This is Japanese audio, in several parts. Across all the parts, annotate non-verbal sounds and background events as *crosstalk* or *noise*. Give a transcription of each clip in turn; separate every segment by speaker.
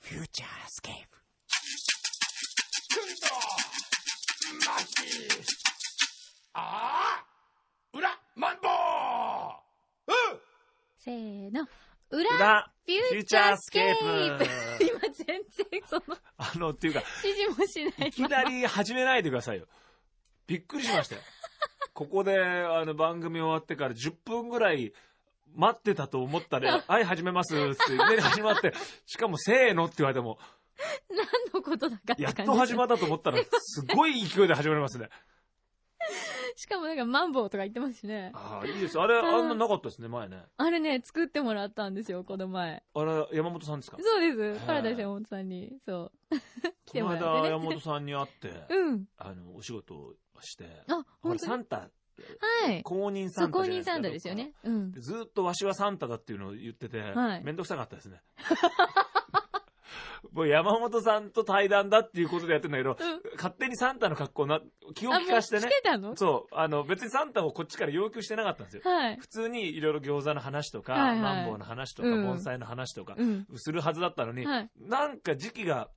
Speaker 1: フューチャースケープ。
Speaker 2: くんどまきああ裏マンボウ
Speaker 3: せーの。裏フ
Speaker 1: 裏、フ
Speaker 3: ュ
Speaker 1: ュー
Speaker 3: ー
Speaker 1: チ
Speaker 3: チ
Speaker 1: ャ
Speaker 3: ャ
Speaker 1: ー
Speaker 3: ー
Speaker 1: ス
Speaker 3: ス
Speaker 1: ケ
Speaker 3: ケ
Speaker 1: ー
Speaker 3: ー
Speaker 1: プ
Speaker 3: プ。今全然その
Speaker 1: あの、って *laughs* いうか、
Speaker 3: 指示もしない
Speaker 1: いきなり始めないでくださいよ。びっくりしましたよ。ここで、あの、番組終わってから10分ぐらい待ってたと思った *laughs* ら、はい、始めますって、いきなり始まって、しかも、せーのって言われても、
Speaker 3: *laughs* 何のことだかって
Speaker 1: や
Speaker 3: 感
Speaker 1: っ
Speaker 3: じ。
Speaker 1: と始まったと思ったら、すごい勢いで始まりますね。
Speaker 3: しかもなんかマンボウとか言ってますしね。
Speaker 1: ああ、いいです。あれ、あんななかったですね、前ね。
Speaker 3: あれね、作ってもらったんですよ、この前。
Speaker 1: あれ、山本さんですか
Speaker 3: そう
Speaker 1: へ
Speaker 3: です。
Speaker 1: ー
Speaker 3: 原田山本さんに。そ
Speaker 1: この間、
Speaker 3: *laughs* 来てもらってね
Speaker 1: 山本さんに会って、
Speaker 3: う。うん。
Speaker 1: あの、お仕事をして、
Speaker 3: あ、
Speaker 1: ほ
Speaker 3: 本
Speaker 1: ら
Speaker 3: 当
Speaker 1: サ
Speaker 3: に。
Speaker 1: ンタ、
Speaker 3: はい。
Speaker 1: 公認サ
Speaker 3: そ
Speaker 1: ン
Speaker 3: う、
Speaker 1: タ
Speaker 3: 公
Speaker 1: じゃない
Speaker 3: 認
Speaker 1: すか
Speaker 3: サンタですよね。うん。
Speaker 1: でずっとわしはサンタだっていうのを言ってて、
Speaker 3: はい
Speaker 1: めんどくさかったですね。 *laughs* もう山本さんと対談だっていうことでやってんだけど、
Speaker 3: うん。
Speaker 1: 勝手にサンタの格好な、気を
Speaker 3: あ、
Speaker 1: 利
Speaker 3: もう
Speaker 1: かし
Speaker 3: して
Speaker 1: ね。
Speaker 3: てたの
Speaker 1: そう、あの、別にサンタをこっちから要求してなかったんですよ。
Speaker 3: はい。
Speaker 1: 普通にいろいろ餃子の話とか、
Speaker 3: はいはい
Speaker 1: マンボウの話とか、
Speaker 3: うん
Speaker 1: 盆栽の話とか、
Speaker 3: うん。
Speaker 1: するはずだったのに、
Speaker 3: はい。
Speaker 1: なんか時期が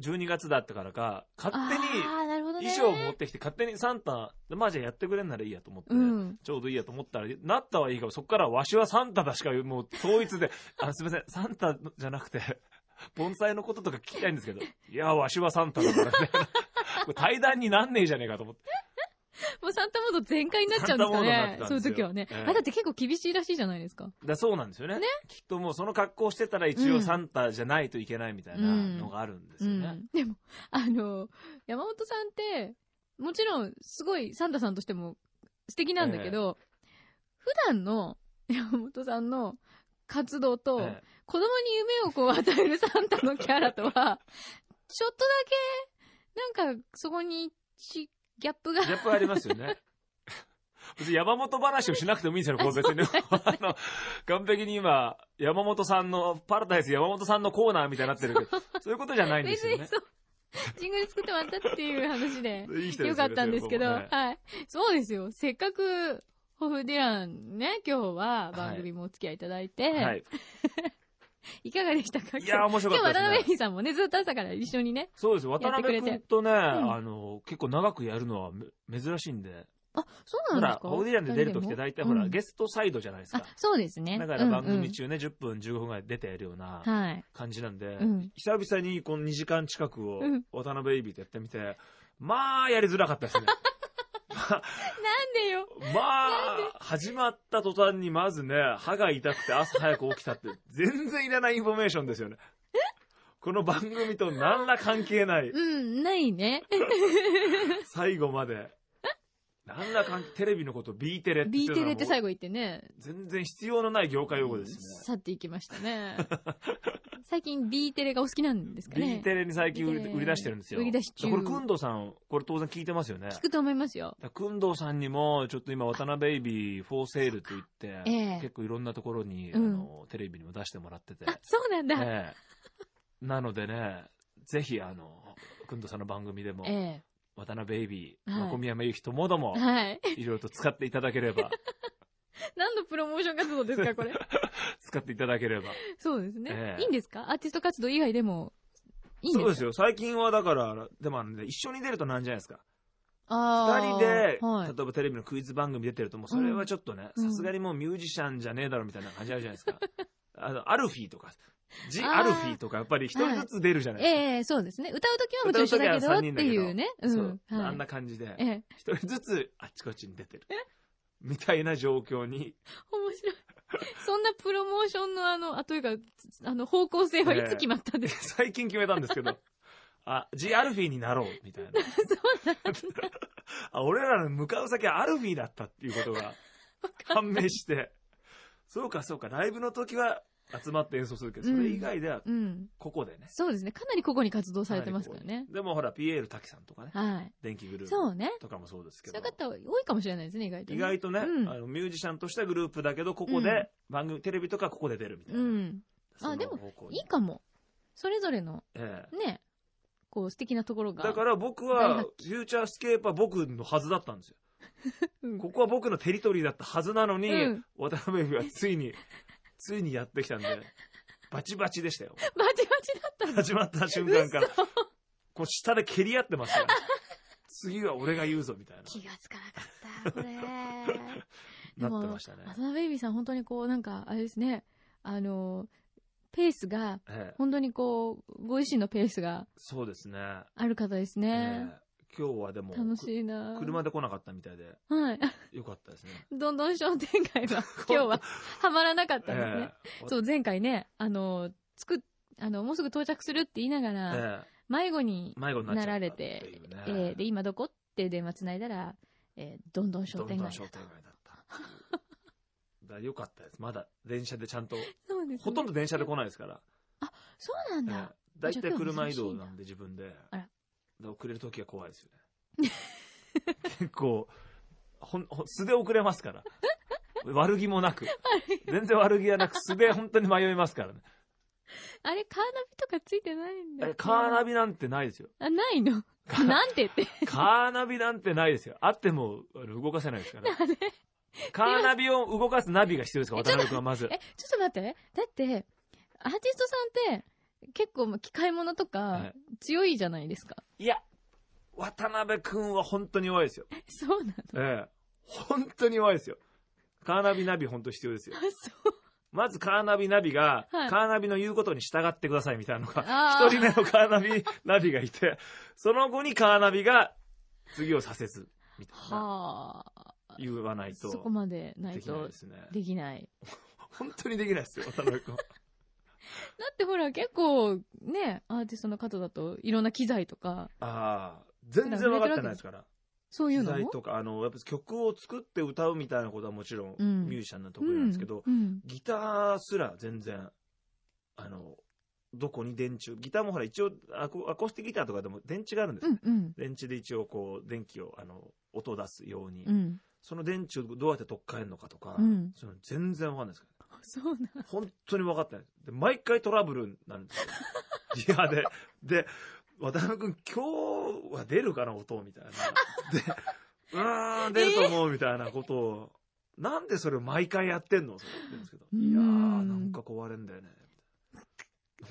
Speaker 1: 12月だったからか、勝手に
Speaker 3: あー、なるほどね。
Speaker 1: 衣装を持ってきて、勝手にサンタ、まあじゃあやってくれんならいいやと思って、
Speaker 3: うん。
Speaker 1: ちょうどいいやと思ったら、なったはいいかも、そこからわしはサンタだしか、もう統一で、あすみません、サンタじゃなくて、盆栽のこととか聞きたいんですけど、いや、わしはサンタだからね。これ対談になんねえじゃねえかと思って。
Speaker 3: もうサンタモード全開になっちゃうんで
Speaker 1: サンタモ
Speaker 3: すかね。
Speaker 1: ードになったんですよ
Speaker 3: そういう時はね。
Speaker 1: ええ
Speaker 3: あ、だって結構厳しいらしいじゃないですか。
Speaker 1: だそうなんですよね
Speaker 3: ね
Speaker 1: きっともうその格好してたら一
Speaker 3: う
Speaker 1: 応
Speaker 3: ん
Speaker 1: サンタじゃないといけないみたいなのがあるんですよね。
Speaker 3: うん。でも、あの、山本さんって、もちろん、すごい、サンタさんとしても素敵なんだけど、普段の *laughs* 山本さんの活動と、
Speaker 1: ええ
Speaker 3: 子供に夢をこう与えるサンタのキャラとは、ちょっとだけ、なんか、そこにち、ギャップが、
Speaker 1: ギャップありますよね。別に山本話をしなくてもいいんですよ、これ別に。 *laughs* あの、完璧に今、山本さんの、パラダイス山本さんのコーナーみたいになってるけど、そういうことじゃないんで
Speaker 3: *laughs* 別
Speaker 1: すよ
Speaker 3: に
Speaker 1: ね。
Speaker 3: そう、ジングル作ってもらったっていう話で、
Speaker 1: いい人ですよ
Speaker 3: よかったんですけど、
Speaker 1: 別に
Speaker 3: はい。そうですよ、せっかく、ホフディランね、今日は番組もお付き合いいただいて、
Speaker 1: 僕もねはい。
Speaker 3: いかがでしたか
Speaker 1: いやー、面白
Speaker 3: 今日
Speaker 1: かった
Speaker 3: 渡
Speaker 1: ですね。
Speaker 3: 辺さんもね、ずっと朝から一緒にね。
Speaker 1: そうです。渡
Speaker 3: てく
Speaker 1: 辺
Speaker 3: れて
Speaker 1: 君とね、
Speaker 3: ん
Speaker 1: あの、結構長くやるのはめ珍しいんで。
Speaker 3: あ、そ
Speaker 1: ほら、オーディランで出るときって大体ほら、ゲストサイドじゃないです
Speaker 3: あ
Speaker 1: か。、
Speaker 3: そうですね。
Speaker 1: だから番
Speaker 3: うんう
Speaker 1: 組
Speaker 3: ん
Speaker 1: 中ね、10分、15分ぐらい出てやるような
Speaker 3: はい。
Speaker 1: 感じなんで
Speaker 3: う、ん。
Speaker 1: 久々にこの2時間近くを
Speaker 3: うん
Speaker 1: 渡辺ベイビーとやってみて、まあやりづらかったですね。
Speaker 3: *laughs* なんでよ。
Speaker 1: まあ、始まった途端にまずね、歯が痛くて朝早く起きたって、全然いらないインフォメーションですよね。この番組と何ら関係ない。
Speaker 3: うん、ないね。
Speaker 1: 最後まで。何ら関係、テレビのこと B テレって言っ
Speaker 3: B
Speaker 1: て
Speaker 3: テ
Speaker 1: た
Speaker 3: レ
Speaker 1: の
Speaker 3: って最後言ってね。
Speaker 1: 全然必要のない業界用語です
Speaker 3: 去っていきましたね。 *laughs* 最近 B テレがお好きなんですか
Speaker 1: よね。
Speaker 3: ね
Speaker 1: B。テレに最近売り
Speaker 3: B テレ
Speaker 1: 売り出してるんですよ。
Speaker 3: 売り出し中
Speaker 1: これ、くんどうさん、これ当然聞いてますよね。
Speaker 3: 聞くと思いますよ。
Speaker 1: くんどうさんにも、ちょっと今、渡辺ベイビーフォーセールといって、
Speaker 3: ええ
Speaker 1: 結構いろんなところに、
Speaker 3: うん
Speaker 1: あの、テレビにも出してもらってて。
Speaker 3: あ、そうなんだ。
Speaker 1: ええなのでね、ぜひ、あの、くんどさんの番組でも、
Speaker 3: え
Speaker 1: 渡辺ベイビー、
Speaker 3: はい
Speaker 1: まこみやまゆきともども
Speaker 3: え。、はい。 *laughs*
Speaker 1: いろいろと使っていただければ、
Speaker 3: 何のプロモーション活動です
Speaker 1: *laughs*
Speaker 3: か、これ。
Speaker 1: 使っていただければ。
Speaker 3: そうです
Speaker 1: え
Speaker 3: ね。
Speaker 1: え
Speaker 3: いいんですかアーティスト活動以外でも、いいん
Speaker 1: そう
Speaker 3: で
Speaker 1: です
Speaker 3: か
Speaker 1: すよ。最近はだから、でもあのね、一緒に出るとなんじゃないですか。
Speaker 3: あ
Speaker 1: 二人
Speaker 3: ー
Speaker 1: で、
Speaker 3: はい。
Speaker 1: 例えばテレビのクイズ番組出てると、もうそれはちょっとね、
Speaker 3: う
Speaker 1: さ
Speaker 3: ん
Speaker 1: すがにもうミュージシャンじゃねえだろみたいな感じあるじゃないです
Speaker 3: *laughs*
Speaker 1: か。あの、アルフィーとか、ジ・
Speaker 3: あー
Speaker 1: アルフィーとか、やっぱり一人ずつ出るじゃないですか。
Speaker 3: ええそうですね。歌うときはもちろん一緒だ
Speaker 1: 歌
Speaker 3: け
Speaker 1: う
Speaker 3: ど
Speaker 1: 時は
Speaker 3: っ
Speaker 1: 三人
Speaker 3: て
Speaker 1: だけど
Speaker 3: いうね。う
Speaker 1: そう、
Speaker 3: ん。は
Speaker 1: あん
Speaker 3: い
Speaker 1: な感じで
Speaker 3: え、え、
Speaker 1: 一人ずつあっちこっちに出てる。みたいな状況に。
Speaker 3: 面白い。そんなプロモーションのあの、あというか、あの、方向性はいつ決まったんですか、
Speaker 1: 最近決めたんですけ
Speaker 3: *laughs*
Speaker 1: ど、あ、ジ・アルフィーになろう、みたいな。 *laughs* あ、俺らの向かう先はアルフィーだったっていうことが *laughs* 判明して、そうかそうか、ライブの時は集まって演奏するけど、それ以外では
Speaker 3: うん。
Speaker 1: ここでね。
Speaker 3: そうですね。かなりここに活動されてますからね。
Speaker 1: でもほら、PL 滝さんとかね、
Speaker 3: はい。
Speaker 1: 電気グルー
Speaker 3: そう
Speaker 1: プ
Speaker 3: ね。
Speaker 1: とかもそうですけ
Speaker 3: そうい
Speaker 1: ど
Speaker 3: う、方多いかもしれないですね、意外と、
Speaker 1: 意外とね、
Speaker 3: うん
Speaker 1: あのミュージシャンとしたグループだけど、ここで番組、テレビとかここで出るみたいな。
Speaker 3: うん。
Speaker 1: その
Speaker 3: あでも
Speaker 1: 方向に
Speaker 3: いいかも。それぞれの、
Speaker 1: ええ
Speaker 3: ね、こう素敵なところが。、
Speaker 1: だからら僕は、フューチャースケープは僕のはずだったんです
Speaker 3: *laughs*
Speaker 1: よ。ここは僕のテリトリーだったはずなのに、
Speaker 3: うん
Speaker 1: 渡辺美はついに、ついにやってきたんで、バチバチでしたよ。
Speaker 3: バチバチだったん
Speaker 1: 始まった瞬間から、こう下で蹴り合ってますから。次は俺が言うぞ、みたい
Speaker 3: 気がつかなかった、
Speaker 1: *laughs*
Speaker 3: これ。
Speaker 1: な。
Speaker 3: で
Speaker 1: な
Speaker 3: も
Speaker 1: ってましたね。
Speaker 3: マサダベイビーさん本当にこう、なんか、あれですね、あの、ペースが、
Speaker 1: ええ、
Speaker 3: 本当にこう、ご自身のペースが
Speaker 1: そうですね。
Speaker 3: ある方ですね。
Speaker 1: ええ今日はでも、
Speaker 3: 楽しいな
Speaker 1: く車で来なかったみたいで、
Speaker 3: はい。 *laughs*
Speaker 1: よかったですね。
Speaker 3: どんどん商店街
Speaker 1: *laughs*
Speaker 3: は、今日は、はまらなかったんですね。
Speaker 1: ええ
Speaker 3: そう、前回ね、あの、つく、あの、もうすぐ到着するって言いながら、
Speaker 1: ええ
Speaker 3: 迷子に
Speaker 1: 迷子になっちゃ
Speaker 3: な
Speaker 1: った
Speaker 3: られ
Speaker 1: って
Speaker 3: て、
Speaker 1: いうね
Speaker 3: えーで、今どこって電話つないだら、えーどんどん商店
Speaker 1: どんどん
Speaker 3: 街
Speaker 1: 商
Speaker 3: だ
Speaker 1: 店
Speaker 3: と。
Speaker 1: 街だったっていう。だよかったです。まだ電車でちゃんと、
Speaker 3: そうです、ね。
Speaker 1: ほとんど電車で来ないですから。
Speaker 3: そうなんだ。
Speaker 1: 大体車移動なんで自分で。
Speaker 3: あら
Speaker 1: だから遅れる時が怖いですよね。結構、ほん、ほん素で遅れます *laughs* から。悪気もなく。全然悪気はなく素で本当に迷いますからね。
Speaker 3: あれ、カーナビとかついてないんだ
Speaker 1: えカーナ
Speaker 3: ビ
Speaker 1: ビなんてないですよ。
Speaker 3: あ、な
Speaker 1: *laughs*
Speaker 3: いの。なんて *laughs* って。
Speaker 1: カーナビなんてないですよ。あってもあの動かせないですから。カーナビを動かすナビが必要ですから、渡辺君はまず
Speaker 3: え。、ちょっと待って。だって、アーティストさんって、結構、まあ機械物と
Speaker 1: は
Speaker 3: か、強いじゃないですか。 *laughs*
Speaker 1: いや、渡辺君は本当に弱いですよ。
Speaker 3: そうなの。
Speaker 1: ええ。本当に弱いですよ。カーナビナビ本当必要ですよ
Speaker 3: あ、。そう。
Speaker 1: まずカーナビナビが、
Speaker 3: はい
Speaker 1: カーナビの言うことに従ってくださいみたいなのが、
Speaker 3: あー
Speaker 1: 一人目のカーナビナビがい
Speaker 3: *laughs*
Speaker 1: て、その後にカーナビが次を左折、みたいな、
Speaker 3: はあ。
Speaker 1: 言わないと
Speaker 3: そこまでない
Speaker 1: できない
Speaker 3: と
Speaker 1: ですね。
Speaker 3: できない。
Speaker 1: 本当にできないですよ、渡辺君。
Speaker 3: だってほら、結構、ね、アーティストの方だと、いろんな機材とか、
Speaker 1: ああ、全然分かってないですから。
Speaker 3: そういう
Speaker 1: 機
Speaker 3: の
Speaker 1: 材とか、あの、やっぱ曲を作って歌うみたいなことはもちろん、
Speaker 3: うん
Speaker 1: ミュージシャンの得意なんですけど、
Speaker 3: うんうん
Speaker 1: ギターすら全然、あの、どこに電池を、ギターもほら一応アコ、アコースティックギターとかでも電池があるんですよ
Speaker 3: うんうん
Speaker 1: 電池で一応こう電気をあの音を出すように、
Speaker 3: うん
Speaker 1: その電池をどうやって取っ替えるのかとか、
Speaker 3: うん
Speaker 1: その全然わかんないですから、
Speaker 3: そうなん
Speaker 1: ね、本当に分かってないで毎回トラブルなん
Speaker 3: *laughs*
Speaker 1: ですよいやでで渡辺君今日は出るかな音みたいなでうーん出ると思うみたいなことを、なんでそれを毎回やってんのそれって言うんですけど
Speaker 3: うん
Speaker 1: いやーなんか壊れんだよね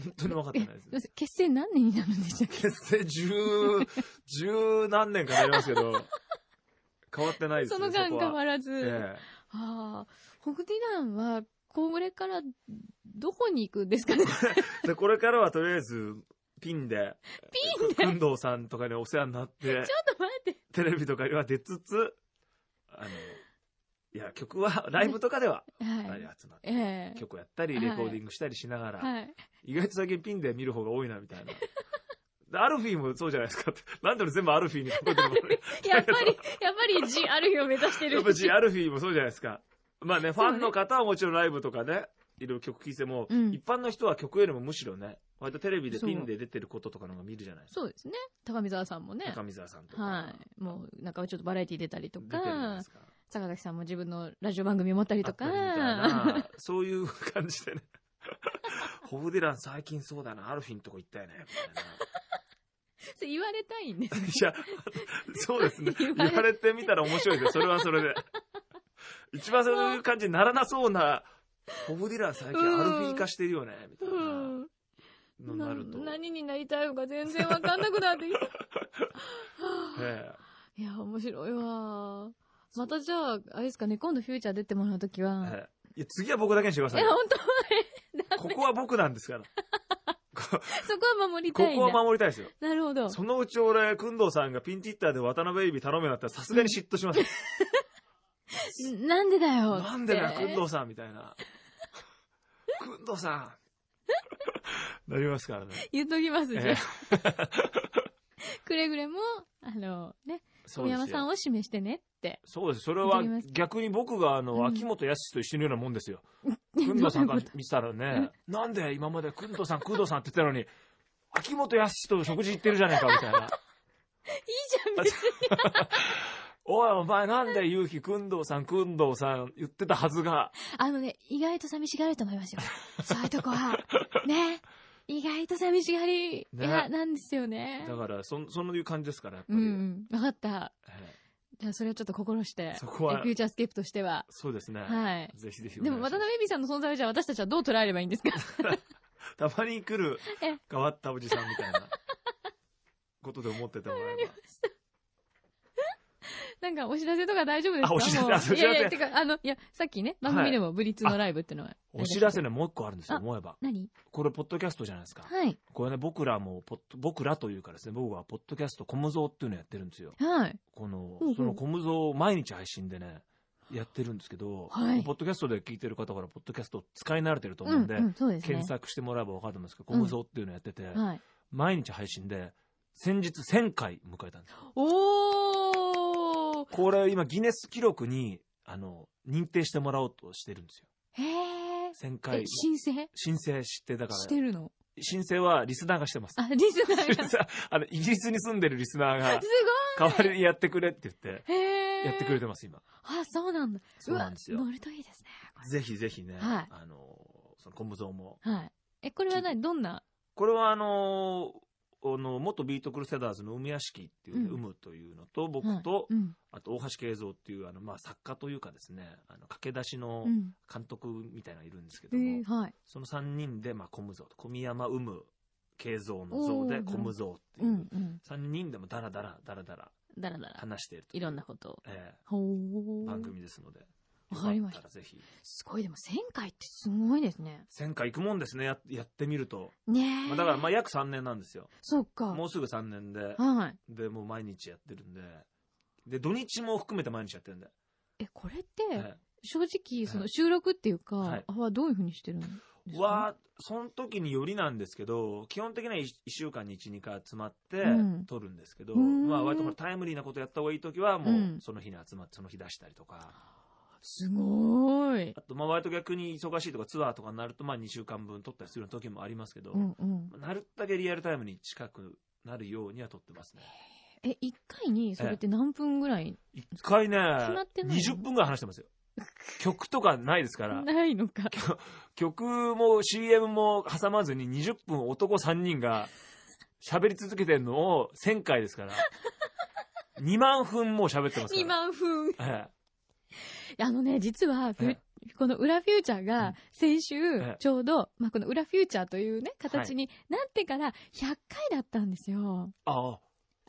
Speaker 1: 本当に分かってないです
Speaker 3: え結成何年になるんでしたっけ
Speaker 1: 結成十、十何年かなりますけど、変わってないですね。
Speaker 3: *laughs* その間
Speaker 1: こは
Speaker 3: 変わらず。
Speaker 1: え
Speaker 3: ああ、ホグディランは、これから、どこに行くんで
Speaker 1: *laughs*
Speaker 3: すかね
Speaker 1: えで、これからはとりあえず、ピンで、
Speaker 3: ピンでちょっ
Speaker 1: 運動さんとかにお世話になって、
Speaker 3: と待って。
Speaker 1: テレビとかには出つつ、あの、いや、曲は、ライブとかでは、あ
Speaker 3: は
Speaker 1: れ
Speaker 3: い。
Speaker 1: 集まって、
Speaker 3: ええ
Speaker 1: 曲やったり、
Speaker 3: はい
Speaker 1: レコーディングしたりしながら、
Speaker 3: はい。
Speaker 1: 意外と最近ピンで見る方が多いな、みたいな。でアルフィーもそうじゃないですかって。なんで俺全部アルフィーに書こえてるの
Speaker 3: やっぱ
Speaker 1: *laughs*
Speaker 3: り、やっぱり、ジ・アルヒを目指して
Speaker 1: や
Speaker 3: る
Speaker 1: っ。ぱジアルフィーもそうじゃないですか。まあね、フ
Speaker 3: そう
Speaker 1: ァ
Speaker 3: ね
Speaker 1: ンの方はもちろんライブとかね、いろいろ曲聴いても、
Speaker 3: うん
Speaker 1: 一般の人は曲よりもむしろね、割とテレビで
Speaker 3: そう
Speaker 1: ピンで出てることとかの方が見るじゃないですか。
Speaker 3: そうですね。高見沢さんもね。
Speaker 1: 高見沢さんとか。
Speaker 3: はい。もう、なんかちょっとバラエティ出たりと
Speaker 1: 出てるじゃない
Speaker 3: か
Speaker 1: です、か。
Speaker 3: 坂崎さんも自分のラジオ番組持ったりとか、
Speaker 1: あったりみたいなそういう感じでね。 *laughs* ホブディラン最近そうだな、アルフィーのとこ行ったよね、みたいな。
Speaker 3: そう言われたい
Speaker 1: *laughs*
Speaker 3: んです。
Speaker 1: いや、そうですね。
Speaker 3: 言
Speaker 1: 言
Speaker 3: われ。
Speaker 1: われてみたら面白いですよ。それはそれで。一番そういう感じにならなそうな、ホブディラン最近アルフィー化してるよね、みたいうなんのになると。
Speaker 3: な何になりたいのか全然わかんなくなってきた。は
Speaker 1: え
Speaker 3: あいや、面白いわ。またじゃあ、あれですかね、今度フューチャー出てもらうとき
Speaker 1: え
Speaker 3: は。
Speaker 1: ええいや次は僕だけにしてくださ
Speaker 3: え、
Speaker 1: いよ。
Speaker 3: 本当
Speaker 1: *laughs* ここは僕なん
Speaker 3: *laughs*
Speaker 1: ですから。こ
Speaker 3: そこは守り
Speaker 1: こ
Speaker 3: たいん
Speaker 1: こ
Speaker 3: だ。
Speaker 1: は守りたいですよ。
Speaker 3: なるほど。
Speaker 1: そのうち俺、くんどうさんがピンティッターで渡辺ベイビー頼めなったらさすがに嫉妬しますよ。
Speaker 3: んなんでだよ。
Speaker 1: なんでだ、
Speaker 3: って
Speaker 1: くんどうさんみたいな。 *laughs* くん *laughs* どうさん。なりますからね。
Speaker 3: 言っときます、じゃあ
Speaker 1: え
Speaker 3: *laughs*
Speaker 1: え
Speaker 3: くれぐれも、あの、ね、
Speaker 1: そう
Speaker 3: 富
Speaker 1: で
Speaker 3: 山
Speaker 1: す
Speaker 3: さ
Speaker 1: よ
Speaker 3: ん。を示してねって。
Speaker 1: そうです。それは
Speaker 3: わかります
Speaker 1: 逆に僕があ
Speaker 3: う
Speaker 1: の、
Speaker 3: ん
Speaker 1: 秋元康と一緒のようなもんです
Speaker 3: *laughs*
Speaker 1: よ。
Speaker 3: どう
Speaker 1: くんどうさんか
Speaker 3: *laughs*
Speaker 1: ら
Speaker 3: いうこと
Speaker 1: 見てたらね、なんで今までくんどうさん、くんどうさんって言ってたのに、秋元康と食事行ってるじゃねえかみたいな。
Speaker 3: いいじゃん、 *laughs* 別に。
Speaker 1: おいお前なんでゆうきくんどうさんくんどうさん言ってたはずが、
Speaker 3: あのね、意外と寂しがると思いますよ。そういうとこは。ね。意外と寂しがり、い
Speaker 1: ね
Speaker 3: や、なんですよね。
Speaker 1: だからそん、そういう感じですから、やっぱ
Speaker 3: う
Speaker 1: り。
Speaker 3: ん、わかった。
Speaker 1: ええ
Speaker 3: じゃあ、それをちょっと心して。
Speaker 1: そこは
Speaker 3: フューチャースケープとしては。
Speaker 1: そうですね。
Speaker 3: はい。
Speaker 1: ぜひぜひお願いします。
Speaker 3: でも、渡辺美美さんの存在をじゃあ私たちはどう捉えればいいんですか
Speaker 1: たまに来る
Speaker 3: *laughs* え
Speaker 1: 変わったおじさんみたい
Speaker 3: *laughs*
Speaker 1: なことで思っててもらえば。
Speaker 3: なんかお知らせとか大丈夫ですか
Speaker 1: あお知らせ
Speaker 3: もう
Speaker 1: あお知らせ
Speaker 3: いやいや、てか、あの、いや、さっきね、番組でもブリッツのライブっていうのは。
Speaker 1: お知らせね、もう一個あるんですよ、
Speaker 3: あ
Speaker 1: 思えば。
Speaker 3: 何
Speaker 1: これ、ポッドキャストじゃないですか。
Speaker 3: はい。
Speaker 1: これね、僕らもポッド、僕らというかですね、僕はポッドキャスト、コムゾーっていうのやってるんですよ。
Speaker 3: はい。
Speaker 1: この
Speaker 3: うんうん、
Speaker 1: そのコムゾーを毎日配信でね、やってるんですけど、
Speaker 3: はい
Speaker 1: ポッドキャストで聞いてる方から、ポッドキャスト使い慣れてると思
Speaker 3: う、
Speaker 1: うんんで、
Speaker 3: うん、そうですね。
Speaker 1: 検索してもらえば分かると思うんですけど、
Speaker 3: うん
Speaker 1: コムゾーっていうのやってて、
Speaker 3: はい。
Speaker 1: 毎日配信で、先日1000回迎えたんですよ。
Speaker 3: おー
Speaker 1: これ、今、ギネス記録に、あの、認定してもらおうとしてるんですよ。
Speaker 3: へー。
Speaker 1: 1000
Speaker 3: え
Speaker 1: 回、。
Speaker 3: 申請
Speaker 1: 申請して、だか
Speaker 3: して
Speaker 1: ら、
Speaker 3: るの
Speaker 1: 申請はリスナーがしてます。
Speaker 3: あ、リスナーが。す
Speaker 1: *laughs* あの、イギリスに住んでるリスナーが、代わりにやってくれって言って、
Speaker 3: ごいへー。
Speaker 1: やってくれて
Speaker 3: も。
Speaker 1: ます、今。
Speaker 3: あ、そうなんだ。
Speaker 1: そうなんですよ
Speaker 3: うわ乗るといいですね。こ
Speaker 1: ぜひぜひね、
Speaker 3: はい
Speaker 1: あの、その、コムゾーも。
Speaker 3: れはい。え、これは何どんな
Speaker 1: これは、あの、あの元ビートクルセダーズの海屋敷っていうね、
Speaker 3: うん
Speaker 1: 有無というのと、僕と、
Speaker 3: はいうん。
Speaker 1: あと大橋慶三っていうあの、まあ、作家というかですね、あの駆け出しの
Speaker 3: うん。
Speaker 1: 監督みたいなのがいるんですけ
Speaker 3: え
Speaker 1: ども、
Speaker 3: ーはい。
Speaker 1: その3人で、まあ、コムゾウと、小宮山うむ、慶三の
Speaker 3: お
Speaker 1: 像
Speaker 3: ーな
Speaker 1: で、
Speaker 3: るほど
Speaker 1: コムゾウって
Speaker 3: う
Speaker 1: い
Speaker 3: ん
Speaker 1: う、、
Speaker 3: うん。
Speaker 1: 三3人でもダラダラ、ダラダラ
Speaker 3: だらだら。
Speaker 1: 話していると
Speaker 3: いろんなことを。
Speaker 1: え
Speaker 3: ほ
Speaker 1: え
Speaker 3: ー
Speaker 1: 番組ですので、
Speaker 3: わかりました
Speaker 1: よったらぜひ、
Speaker 3: すごい、でも1000回ってすごいですね。
Speaker 1: 1000回行くもんですね、ややってみると。
Speaker 3: ねえ。
Speaker 1: まあ、だから、まあ、約3年なんですよ。
Speaker 3: そっか。
Speaker 1: もうすぐ3年で、
Speaker 3: はい。
Speaker 1: で、もう毎日やってるんで、で、土日も含めて毎日やってるんで、
Speaker 3: え、これっ
Speaker 1: え
Speaker 3: て、
Speaker 1: え
Speaker 3: 正直、そ
Speaker 1: は
Speaker 3: の
Speaker 1: い
Speaker 3: 収録っていうか、
Speaker 1: はい
Speaker 3: はどういうふうにしてるんですか
Speaker 1: は、その時によりなんですけど、基本的には1週間に1、2回集まって
Speaker 3: うん
Speaker 1: 撮るんですけど、
Speaker 3: うーん
Speaker 1: まあ割とこれタイムリーなことやった方がいい時は、も
Speaker 3: うん
Speaker 1: うその日に集まってその日出したりとか、
Speaker 3: すごーい。
Speaker 1: あとまあ割と逆に忙しいとかツアーとかになると、まあ2週間分撮ったりするような時もありますけど、
Speaker 3: うんうん。
Speaker 1: まあなるだけリアルタイムに近くなるようには撮ってますね。
Speaker 3: え、一回にそれって何分ぐらい
Speaker 1: 一回ね、
Speaker 3: まってない
Speaker 1: 20分ぐらい話してますよ。曲とかないですから、
Speaker 3: ないのか。
Speaker 1: 曲も CM も挟まずに20分男3人が喋り続けてるのを1000回です
Speaker 3: *laughs*
Speaker 1: から。2万分もう喋ってますから。
Speaker 3: 2万分。い
Speaker 1: え
Speaker 3: やあのね、実はフュ、
Speaker 1: え
Speaker 3: この裏フューチャー
Speaker 1: う
Speaker 3: が
Speaker 1: ん
Speaker 3: 先週
Speaker 1: え、
Speaker 3: ちょうど、まあ、この裏フューチャーというね、
Speaker 1: は
Speaker 3: 形
Speaker 1: い
Speaker 3: になってから100回だったんですよ。
Speaker 1: えああ、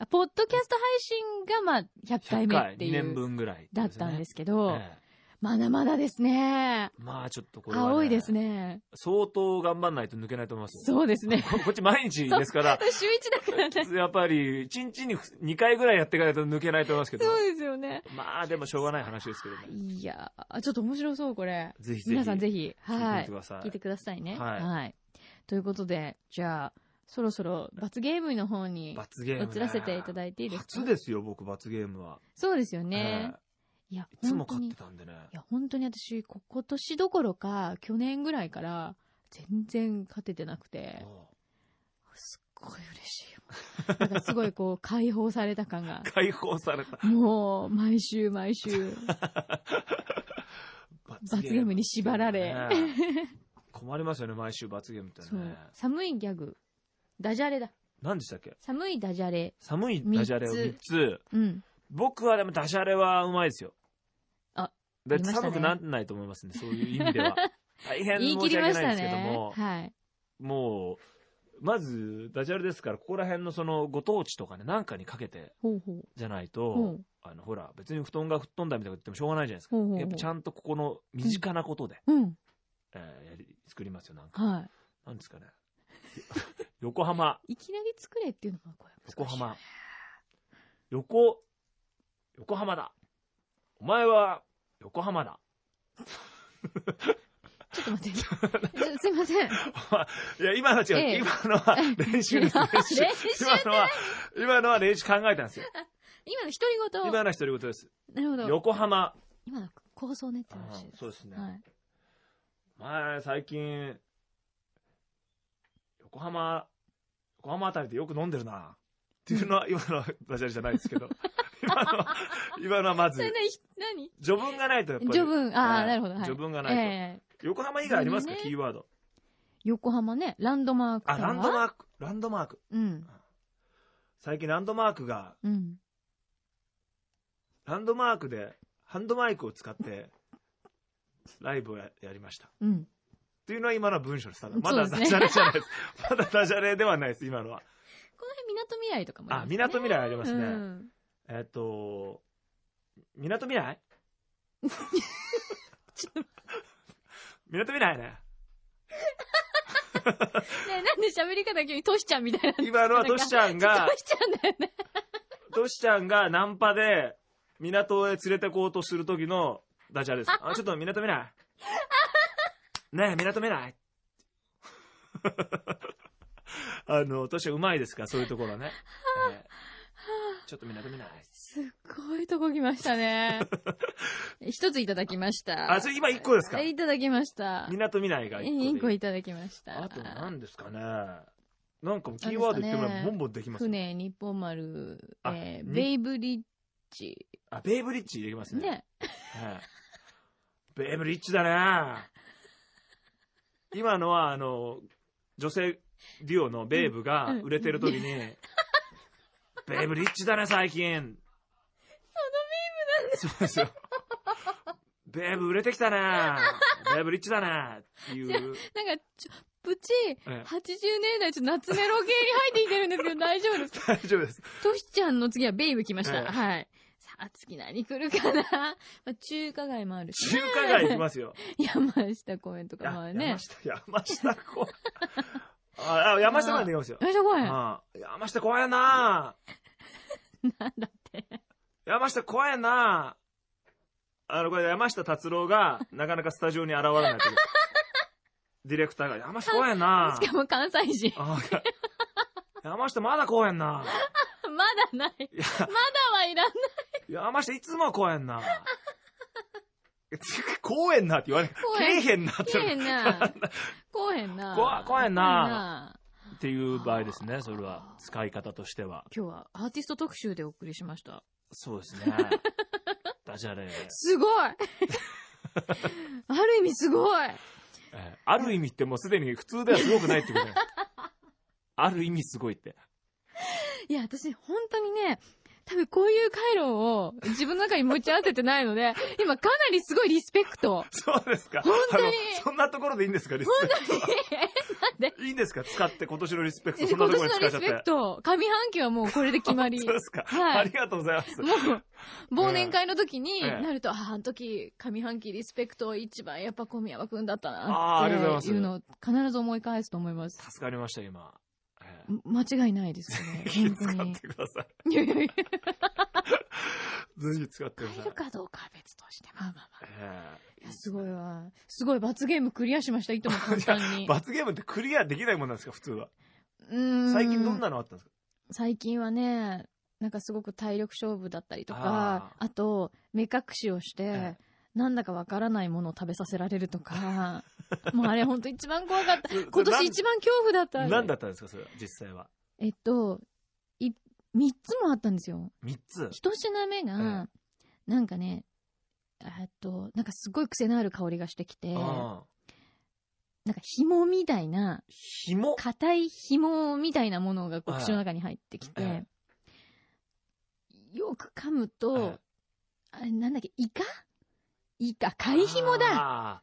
Speaker 3: あポッドキャスト配信がまあ100回
Speaker 1: 100
Speaker 3: 目っ
Speaker 1: 回、
Speaker 3: て
Speaker 1: 2
Speaker 3: い
Speaker 1: 年
Speaker 3: う、
Speaker 1: 分ぐらい、
Speaker 3: だったんですすけ
Speaker 1: ね。
Speaker 3: ど、
Speaker 1: ええ
Speaker 3: まだまだですね。
Speaker 1: まあちょっとこれは、
Speaker 3: 青いです。ね。
Speaker 1: 相当頑張んないと抜けないと思いますよ。
Speaker 3: そうです
Speaker 1: *laughs*
Speaker 3: ね。
Speaker 1: ここっち毎日ですから、
Speaker 3: 週一だか
Speaker 1: *laughs*
Speaker 3: らね。
Speaker 1: やっぱり1日に2回ぐらいやっていかないと抜けないと思いますけど、
Speaker 3: そうですよね。
Speaker 1: まあでもしょうがない話ですけどね。
Speaker 3: いやー、ちょっと面白そう、これ。
Speaker 1: ぜひぜひ。
Speaker 3: 皆さんぜひ、
Speaker 1: 聞
Speaker 3: はい
Speaker 1: てみて。く
Speaker 3: い
Speaker 1: ださい。
Speaker 3: 聞いてくださいね。
Speaker 1: はい
Speaker 3: はい。ということで、じゃあ、そろそろ罰ゲームの方に
Speaker 1: 罰ゲーム、ね。
Speaker 3: 移らせていただいていいですか
Speaker 1: 初ですよ、僕、罰ゲームは。
Speaker 3: そうですよ
Speaker 1: え
Speaker 3: ね。いや
Speaker 1: え、いつも
Speaker 3: 本当
Speaker 1: 勝
Speaker 3: に
Speaker 1: っ
Speaker 3: い
Speaker 1: てたんでね。
Speaker 3: や、本当に私、こ今年どころか、去年ぐらいから、全然勝ててなくて、
Speaker 1: も
Speaker 3: すっごい嬉しいよ。なんかすごいこう、解放された感が
Speaker 1: う。 *laughs* 解放された。
Speaker 3: もう、毎週毎週、罰ゲームに縛られ
Speaker 1: 罰ゲームね困りますよね、毎週罰ゲームって
Speaker 3: そう
Speaker 1: ね。
Speaker 3: 寒いギャグ。ダジャレだ。
Speaker 1: 何でしたっけ
Speaker 3: 寒いダジャレ。
Speaker 1: 寒いダジャレを
Speaker 3: 三
Speaker 1: 3
Speaker 3: つ
Speaker 1: つ。
Speaker 3: うん。
Speaker 1: 僕はでもダジャレはうまいですよ。
Speaker 3: あ、
Speaker 1: で、
Speaker 3: ありましたね
Speaker 1: 寒くならないと思いますね、そういう意味で
Speaker 3: *laughs*
Speaker 1: は。大変
Speaker 3: 言い
Speaker 1: 申
Speaker 3: 切
Speaker 1: し
Speaker 3: り
Speaker 1: 訳
Speaker 3: まし
Speaker 1: ないん
Speaker 3: た
Speaker 1: ですけど
Speaker 3: ね
Speaker 1: も。、
Speaker 3: はい。
Speaker 1: もう、まず、ダジャレですから、ここら辺のその、ご当地とかね、なんかにかけて
Speaker 3: ほうほう。
Speaker 1: じゃない
Speaker 3: ほ
Speaker 1: と、
Speaker 3: う
Speaker 1: あの、ほら、別に布団が吹っ飛んだみたいなこと言ってもしょうがないじゃないですか。
Speaker 3: ほうほう
Speaker 1: やっぱちゃんとここの身近なことで、
Speaker 3: うん。
Speaker 1: えーやり作りますよ、なんか。
Speaker 3: は
Speaker 1: なんですかね。 *laughs* 横浜、
Speaker 3: い。いきなり作れっていうのがこれ
Speaker 1: 横浜。横、横浜だ。お前は、横浜だ。 *laughs*
Speaker 3: ちょっと待って。すすいません。
Speaker 1: いや、今のは違う。
Speaker 3: ええ
Speaker 1: 今の
Speaker 3: *laughs*
Speaker 1: は練習です、練習。
Speaker 3: 練習
Speaker 1: 今のは、今のは練習考えたんですよ。
Speaker 3: 今の独り言。
Speaker 1: 今のは独り言です。
Speaker 3: なるほど。
Speaker 1: 横浜。
Speaker 3: 今の構想ねって話
Speaker 1: あーそうですね
Speaker 3: はい。
Speaker 1: お前、最近、横浜、横浜あたりでよく飲んでるな。っていうのは、今のはダジャレじゃないですけ
Speaker 3: *laughs*
Speaker 1: ど。今のは、今のはま
Speaker 3: それ
Speaker 1: ず、
Speaker 3: 何ひ何
Speaker 1: 序文がないとやっぱり。
Speaker 3: 序文。ああ、なるほど。はい。
Speaker 1: 序文がないと。
Speaker 3: ええ。
Speaker 1: 横浜以外ありますか、
Speaker 3: そうね
Speaker 1: キーワード。
Speaker 3: 横浜ね、ランドマークタワ
Speaker 1: あ、
Speaker 3: ー。
Speaker 1: ランドマーク。ランドマーク。
Speaker 3: うん。
Speaker 1: 最近ランドマークが、
Speaker 3: うん。
Speaker 1: ランドマークでハンドマイクを使ってライブをややりました。
Speaker 3: うん。
Speaker 1: っていうのは今のは文章です。ただま
Speaker 3: そ
Speaker 1: だ
Speaker 3: うです
Speaker 1: ダ
Speaker 3: ね
Speaker 1: ジャレじゃないです。 *laughs* まだダジャレではないです、今のは。
Speaker 3: この辺、みなとみらいとかも
Speaker 1: あ、み
Speaker 3: り
Speaker 1: な
Speaker 3: ま
Speaker 1: とみらいありますす
Speaker 3: ね
Speaker 1: ね。
Speaker 3: うん
Speaker 1: えっと、みなとみら
Speaker 3: *laughs*
Speaker 1: い *laughs* みなとみらいね。
Speaker 3: ねえなんで喋り方急にトシちゃんみたいな。
Speaker 1: 今のは *laughs* トシちゃんが
Speaker 3: ト、 *laughs* シちゃんだよね。
Speaker 1: トシちゃんがナンパで港へ連れてこうとする時のダジャレです。あ、ちょっと港見 *laughs* ない。ねえ、港見ない。 *laughs* あの、トシちゃんうまいですから、そういうところはね。えーちょっと港 *laughs* 見ない。
Speaker 3: すっごいとこ来ました
Speaker 1: *laughs*
Speaker 3: ね。一ついただきました。
Speaker 1: あそれ今一個ですか
Speaker 3: えいただきました。
Speaker 1: 港見ないが一個でいい
Speaker 3: 一個いただきました。
Speaker 1: あと何ですかね。なんかもうキーワード言ってもらえばボンボンできますよ。
Speaker 3: 船、日本丸、
Speaker 1: あ
Speaker 3: えー
Speaker 1: に
Speaker 3: ベイブリッジ。
Speaker 1: あ、ベイブリッジできますね。
Speaker 3: ね。
Speaker 1: はいベイブリッジだな今のはあの女性デュオのベイブが売れてる時に、ベイブリッジだね最近そのベイブなんですそうですよベイブ売れてきたねベイブリッジだねっていう
Speaker 3: なんか、ちょ、プチ、
Speaker 1: ええ
Speaker 3: 80年代ちょっと夏メロ系に入ってきてる
Speaker 1: *laughs*
Speaker 3: んですけど、大丈夫ですか
Speaker 1: 大丈夫です
Speaker 3: トシちゃんの次はベイブ来ました。
Speaker 1: ええ
Speaker 3: はい。さあ、次何来るかな、 *laughs* まあ、中華街もあるし
Speaker 1: 中華街行き *laughs* ますよ
Speaker 3: 山下公園とかもあ
Speaker 1: あ
Speaker 3: るね
Speaker 1: 山。下山下公園ああ山下公園で行きますよ
Speaker 3: 山下公園なん
Speaker 1: ああ山下公園な
Speaker 3: だって。
Speaker 1: 山下怖いなあの、これ山下達郎が、なかなかスタジオに現れないという。ディレクターが、山下怖いな
Speaker 3: しかも関西人。
Speaker 1: あいや山下まだ怖いな
Speaker 3: まだない。
Speaker 1: いや
Speaker 3: まだはいらない。
Speaker 1: 山下いつも怖いな公園なって言われる。
Speaker 3: 公
Speaker 1: け
Speaker 3: 園
Speaker 1: えへんなって
Speaker 3: 来
Speaker 1: 言わ
Speaker 3: え
Speaker 1: れ
Speaker 3: へ
Speaker 1: る
Speaker 3: んな。来えへんな。
Speaker 1: こ来えへんな
Speaker 3: 来えへんな。
Speaker 1: っていう場合ですね、それは。使い方としては。
Speaker 3: 今日はアーティスト特集でお送りしました。
Speaker 1: そうですね。ダジャレ。
Speaker 3: すごいある意味すごい
Speaker 1: えーある意味ってもうすでに普通ではすごくないって *laughs* ことだよある意味すごいって。
Speaker 3: いや、私、本当にね、多分こういう回路を自分の中に持ち合わせてないので、 *laughs* 今かなりすごいリスペク
Speaker 1: *laughs*
Speaker 3: ト。
Speaker 1: そうですか。
Speaker 3: 本当に
Speaker 1: あのそんなところでいいんですか、リスペクト。
Speaker 3: なん
Speaker 1: いいんですか使って、今年のリスペクト、
Speaker 3: 今
Speaker 1: そ
Speaker 3: 年
Speaker 1: んな
Speaker 3: の
Speaker 1: ところに使っ
Speaker 3: リ
Speaker 1: ちゃ
Speaker 3: ス
Speaker 1: っ
Speaker 3: ペク
Speaker 1: て。
Speaker 3: ト、上半期はもうこれで決まり。
Speaker 1: *laughs* そうですか、
Speaker 3: はい
Speaker 1: ありがとうございます。
Speaker 3: もう、忘年会の時に
Speaker 1: ええ
Speaker 3: なると、ああ、あの時、上半期リスペクト一番やっぱ小宮山くんだった
Speaker 1: あー
Speaker 3: な
Speaker 1: ありがとうご
Speaker 3: っ
Speaker 1: ざ
Speaker 3: て
Speaker 1: い
Speaker 3: いうの
Speaker 1: ま
Speaker 3: を必ず思い返すと思います。
Speaker 1: *laughs* 助かりました、今。えー
Speaker 3: 間違いないですよね。
Speaker 1: ぜひ使
Speaker 3: 本当
Speaker 1: っ
Speaker 3: に。
Speaker 1: てくださ
Speaker 3: いやいやいや、
Speaker 1: い。ぜひ使ってくだ
Speaker 3: 入
Speaker 1: さ
Speaker 3: る
Speaker 1: い。
Speaker 3: かどうかは別として。まあまあまあ。
Speaker 1: え
Speaker 3: いや、すごいわ。すごい、罰ゲームクリアしました、いとも簡単
Speaker 1: ー *laughs*
Speaker 3: に。
Speaker 1: 罰ゲームってクリアできないもんなんですか、普通は。最
Speaker 3: 最
Speaker 1: 近どんなのあったんですか
Speaker 3: 最近はね、なんかすごく体力勝負だったりとか、あと、目隠しをして、
Speaker 1: え
Speaker 3: なんだかわからないものを食べさせられる
Speaker 1: *laughs*
Speaker 3: とか、もうあれほんと一番怖かった。
Speaker 1: それ
Speaker 3: 今
Speaker 1: それな
Speaker 3: 年
Speaker 1: ん
Speaker 3: 一番恐怖だった。
Speaker 1: 何だったんですか、それは、実際は。
Speaker 3: えっと、い、三つもあったんですよ。
Speaker 1: 3つ。
Speaker 3: 一品目が、なんかね、えっと、なんかすごい癖のある香りがしてきて、な
Speaker 1: ああ
Speaker 3: んか紐みたいな、
Speaker 1: 紐
Speaker 3: 硬い紐みたいなものがこう
Speaker 1: はい
Speaker 3: 口の中に入ってき
Speaker 1: え
Speaker 3: て、よく噛むと、あれなんだっけ、イカイカ、貝紐だ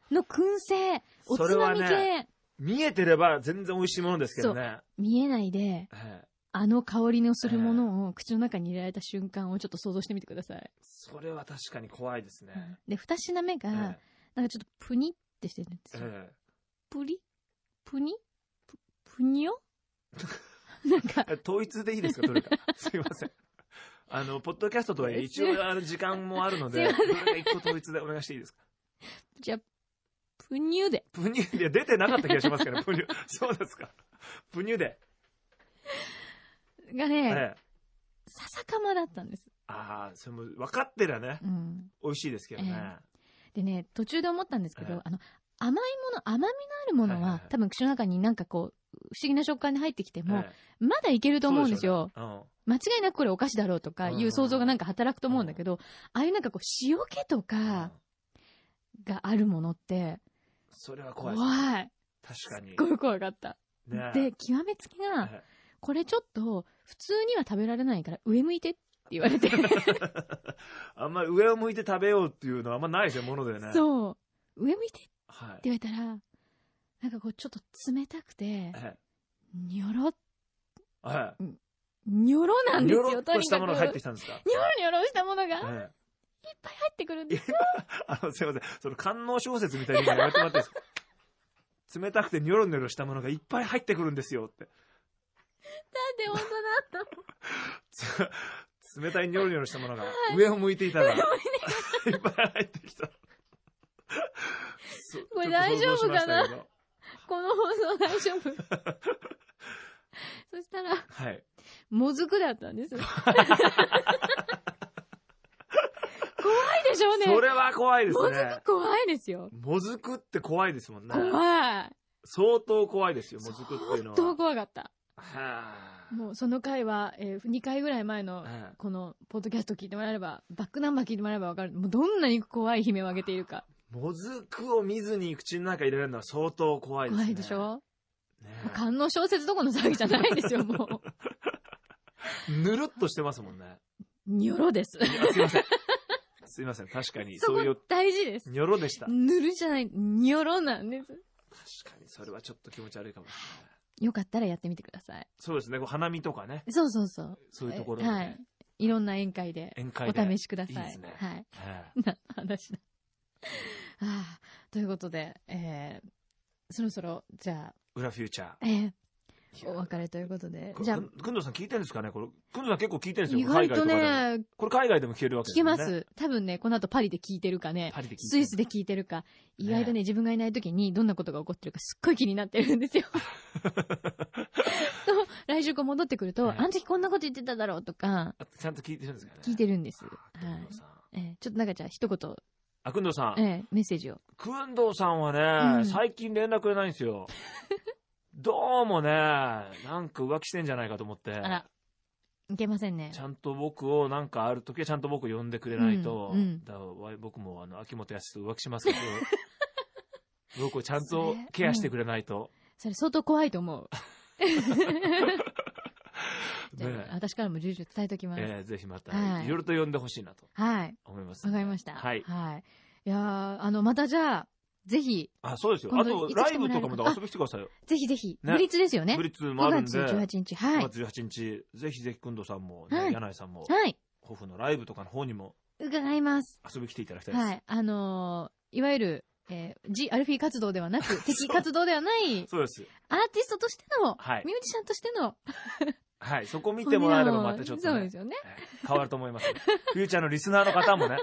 Speaker 1: だ
Speaker 3: の燻製、お
Speaker 1: それ
Speaker 3: つ
Speaker 1: は
Speaker 3: まみ
Speaker 1: ね
Speaker 3: 系、
Speaker 1: 見えてれば全然美味しいものですけどね。
Speaker 3: 見えないで、
Speaker 1: えー
Speaker 3: あの香りのするものを口の中に入れられた瞬間をちょっと想像してみてください。
Speaker 1: それは確かに怖いですね。
Speaker 3: で、二品目が、
Speaker 1: え
Speaker 3: なんかちょっとプニってしてるんです
Speaker 1: え
Speaker 3: よ。
Speaker 1: え
Speaker 3: プリプニププニョ *laughs* なんか、
Speaker 1: え統一でいいですか、どれか。 *laughs* すいません。あの、ポッドキャストとはいえ、一
Speaker 3: すいま
Speaker 1: 応、あの、時間もあるので、ど
Speaker 3: す
Speaker 1: れ
Speaker 3: いません
Speaker 1: か一個統一でお願いしていいですか。
Speaker 3: じゃあ、プニュで。
Speaker 1: プニュ、いや、出てなかった気がしますけど、プニュ。 *laughs* そうですか。プニュで。
Speaker 3: がね、
Speaker 1: ええ
Speaker 3: 笹かまだったんです。
Speaker 1: ああ、それも、分かってりゃね、
Speaker 3: うん。
Speaker 1: 美味しいですけどね。
Speaker 3: でね、途中で思ったんですけ
Speaker 1: ええ
Speaker 3: ど、あの、甘いもの、甘みのあるものは、
Speaker 1: はいはいはい
Speaker 3: 多分口の中になんかこう、不思議な食感に入ってきても、
Speaker 1: ええ
Speaker 3: まだいけると思うんですよ。
Speaker 1: うん。
Speaker 3: 間違いなくこれお菓子だろうとか
Speaker 1: うん
Speaker 3: いう想像がなんか働くと思うんだけど、ああいうなんかこう、塩気とかがあるものって、
Speaker 1: それは怖
Speaker 3: 怖
Speaker 1: い
Speaker 3: い。
Speaker 1: ですす。確
Speaker 3: っ
Speaker 1: か
Speaker 3: ごい怖かった。
Speaker 1: に。ね
Speaker 3: で、極めつきが、
Speaker 1: え
Speaker 3: これちょっと、普通には食べられないから上向いてって言われて、
Speaker 1: えあんまり上を向いて
Speaker 3: *laughs*
Speaker 1: 食べようっていうのはあんまないですよ、ものでね。う。
Speaker 3: そう、上向いてって
Speaker 1: はい。
Speaker 3: 言われたら、なんかこう、ちょっと冷たくて、
Speaker 1: え
Speaker 3: にょろ、
Speaker 1: ええ
Speaker 3: にょろ
Speaker 1: え
Speaker 3: なんで
Speaker 1: ニ
Speaker 3: す
Speaker 1: ョ
Speaker 3: よ、
Speaker 1: ロっ
Speaker 3: と
Speaker 1: と
Speaker 3: に
Speaker 1: した
Speaker 3: か
Speaker 1: も
Speaker 3: く。
Speaker 1: のが入ってきたんですか
Speaker 3: にょろにょろしたものがいっぱい入
Speaker 1: ええ
Speaker 3: ってくるんです。
Speaker 1: あの、すいません。その官能小説みたいに言われてもらっていいですか冷たくてニョロニョロしたものがいっぱい入ってくるんですよって。
Speaker 3: なんで本当だと。
Speaker 1: つ冷たいニョロニョロしたものが上を向いていた
Speaker 3: *laughs*
Speaker 1: ら、いっぱい入ってきた。そう
Speaker 3: これ大丈夫かな
Speaker 1: ちょっと想像しましたけど
Speaker 3: この放送大丈夫そしたら、
Speaker 1: はい。
Speaker 3: もずくだったんです。怖いでしょうね。
Speaker 1: それは怖いです
Speaker 3: もず
Speaker 1: ね
Speaker 3: く。怖いですよ。
Speaker 1: もずくって怖いですもんね。
Speaker 3: 怖い。
Speaker 1: 相当怖いですよ、もずくっていうの
Speaker 3: 本
Speaker 1: は。
Speaker 3: 当怖かった。
Speaker 1: はあ
Speaker 3: もうその回は、えー、2回ぐらい前の
Speaker 1: ええ
Speaker 3: このポッドキャスト聞いてもらえれば、バックナンバー聞いてもらえばわかる。もうどんなに怖い悲鳴を上げているか。
Speaker 1: もずくを見ずに口の中に入れられるのは相当怖いですね。
Speaker 3: 怖いでしょ
Speaker 1: ね
Speaker 3: もう観音小説どこの騒ぎじゃないんですよ、も
Speaker 1: ぬるっとしてますもんね。
Speaker 3: う。にょろです。
Speaker 1: いやすいません。すいません。確かに、
Speaker 3: そ
Speaker 1: そういう
Speaker 3: こ、大事です。
Speaker 1: ニョロでした。確
Speaker 3: ぬるじゃない、にょろなんです。
Speaker 1: かに、それはちょっと気持ち悪いかもしれない。
Speaker 3: よかったらやってみてください。
Speaker 1: そうですね。こう花見とかね。
Speaker 3: そうそうそう。
Speaker 1: そういうところ
Speaker 3: え
Speaker 1: でね、
Speaker 3: はい。いろんな宴会で、
Speaker 1: 宴会
Speaker 3: お
Speaker 1: で。
Speaker 3: 試しください。
Speaker 1: いいですね
Speaker 3: はい。
Speaker 1: ええ
Speaker 3: な話だ。ああ、ということで、えー、そろそろ、じゃあ、
Speaker 1: 裏フューチャー。
Speaker 3: えー、お別れということで、じゃあ
Speaker 1: く、んくんどうさん聞いてるんですかねこれ、くんどうさん結構聞いてるんです
Speaker 3: 意
Speaker 1: よ。これ海
Speaker 3: 外
Speaker 1: 外とかでも。
Speaker 3: とね、
Speaker 1: これ海外でも聞けるわけ
Speaker 3: 聞
Speaker 1: です
Speaker 3: け
Speaker 1: よね。
Speaker 3: ま。す。多分ね、この後パリで聞いてるかね、
Speaker 1: パリで聞いてる
Speaker 3: スイスで聞いてるか、意外とね、自分がいない時にどんなことが起こってるかすっごい気になってる
Speaker 1: *laughs*
Speaker 3: んですよ。と、来週こう戻ってくると、
Speaker 1: はい
Speaker 3: あの時こんなこと言ってただろうとか、
Speaker 1: あちゃんと聞いてるんですかね
Speaker 3: 聞いてるんです。は
Speaker 1: あくんどうさん。
Speaker 3: い。えーちょっとなんかじゃあ一言、
Speaker 1: あ、くんどうさん。
Speaker 3: えーメッセージを。
Speaker 1: くんどうさんはね、
Speaker 3: うん
Speaker 1: 最近連絡くれないんです
Speaker 3: *laughs*
Speaker 1: よ。どうもね、なんか浮気してんじゃないかと思って。
Speaker 3: あら、いけませんね
Speaker 1: ち。ゃんと僕をなんかある時はちゃんと僕呼んでくれないと、
Speaker 3: うんうん
Speaker 1: だからわい僕もあの秋元康と浮気しますけ
Speaker 3: *laughs*
Speaker 1: ど僕をちゃんと
Speaker 3: それ
Speaker 1: ケアしてくれないと、
Speaker 3: それ相当怖いと思う。じゃあ
Speaker 1: ね
Speaker 3: 私からも重々伝えときます。
Speaker 1: えーぜひまた
Speaker 3: はい
Speaker 1: いろいろと呼んでほしいなと
Speaker 3: はい。
Speaker 1: 思います、
Speaker 3: わかりました。
Speaker 1: はい
Speaker 3: い。いやーあの、またじゃあ、ぜひ、
Speaker 1: あそうですよ
Speaker 3: 今
Speaker 1: あ
Speaker 3: 度
Speaker 1: と
Speaker 3: いつ
Speaker 1: ラ
Speaker 3: 来
Speaker 1: イ
Speaker 3: ても
Speaker 1: ブと
Speaker 3: らえるか
Speaker 1: かもだ遊びに来てくださいよ、
Speaker 3: ぜひぜひ、
Speaker 1: ね
Speaker 3: ブリッツですよね
Speaker 1: ブ。リッツも
Speaker 3: 5
Speaker 1: あるん
Speaker 3: 月
Speaker 1: で
Speaker 3: 18日。はい。
Speaker 1: 5月18日ぜひぜひくんどさんも、ね
Speaker 3: はい
Speaker 1: 柳井さんも
Speaker 3: はい。
Speaker 1: 抱負のライブとかの方にも
Speaker 3: 伺います。
Speaker 1: 遊びに来ていただきたいです、
Speaker 3: はい。あのーいわゆる、えー、ジ・アルフィー活動では
Speaker 1: *laughs*
Speaker 3: なく、敵活動ではない、
Speaker 1: そうです
Speaker 3: アーティストとしての、
Speaker 1: はい
Speaker 3: ミュージシャンとしての、
Speaker 1: はいそこ見てもらえればまたちょっと、ね、
Speaker 3: そうですよね。
Speaker 1: 変わると思います、ね。フューチャーのリスナーの方もね、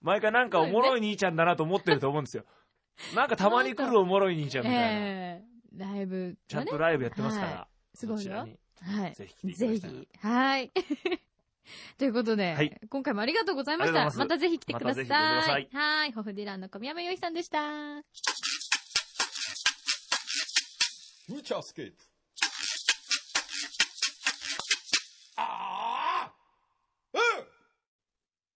Speaker 1: 毎回なんかおもろい兄ちゃんだなと思ってると思うんですよ。なんかたまに来るおもろい兄ちゃんみたいな。
Speaker 3: えー、ライブ
Speaker 1: ちゃ
Speaker 3: が
Speaker 1: ん
Speaker 3: ね
Speaker 1: と、ライブやってますから、
Speaker 3: はすご
Speaker 1: そ
Speaker 3: い
Speaker 1: ち
Speaker 3: よ
Speaker 1: ら。に
Speaker 3: はい。
Speaker 1: ぜひ来ていただ
Speaker 3: ぜ
Speaker 1: きたいな
Speaker 3: ひ。はい。 *laughs* ということで、
Speaker 1: はい
Speaker 3: 今回もありがとうございまし
Speaker 1: あ
Speaker 3: た。
Speaker 1: り
Speaker 3: ま
Speaker 1: がとうございます
Speaker 3: たぜひ来てください。
Speaker 1: またぜひ来てく
Speaker 3: はい。ホフディランの小宮山由依さんでした。
Speaker 2: フューチャースケープ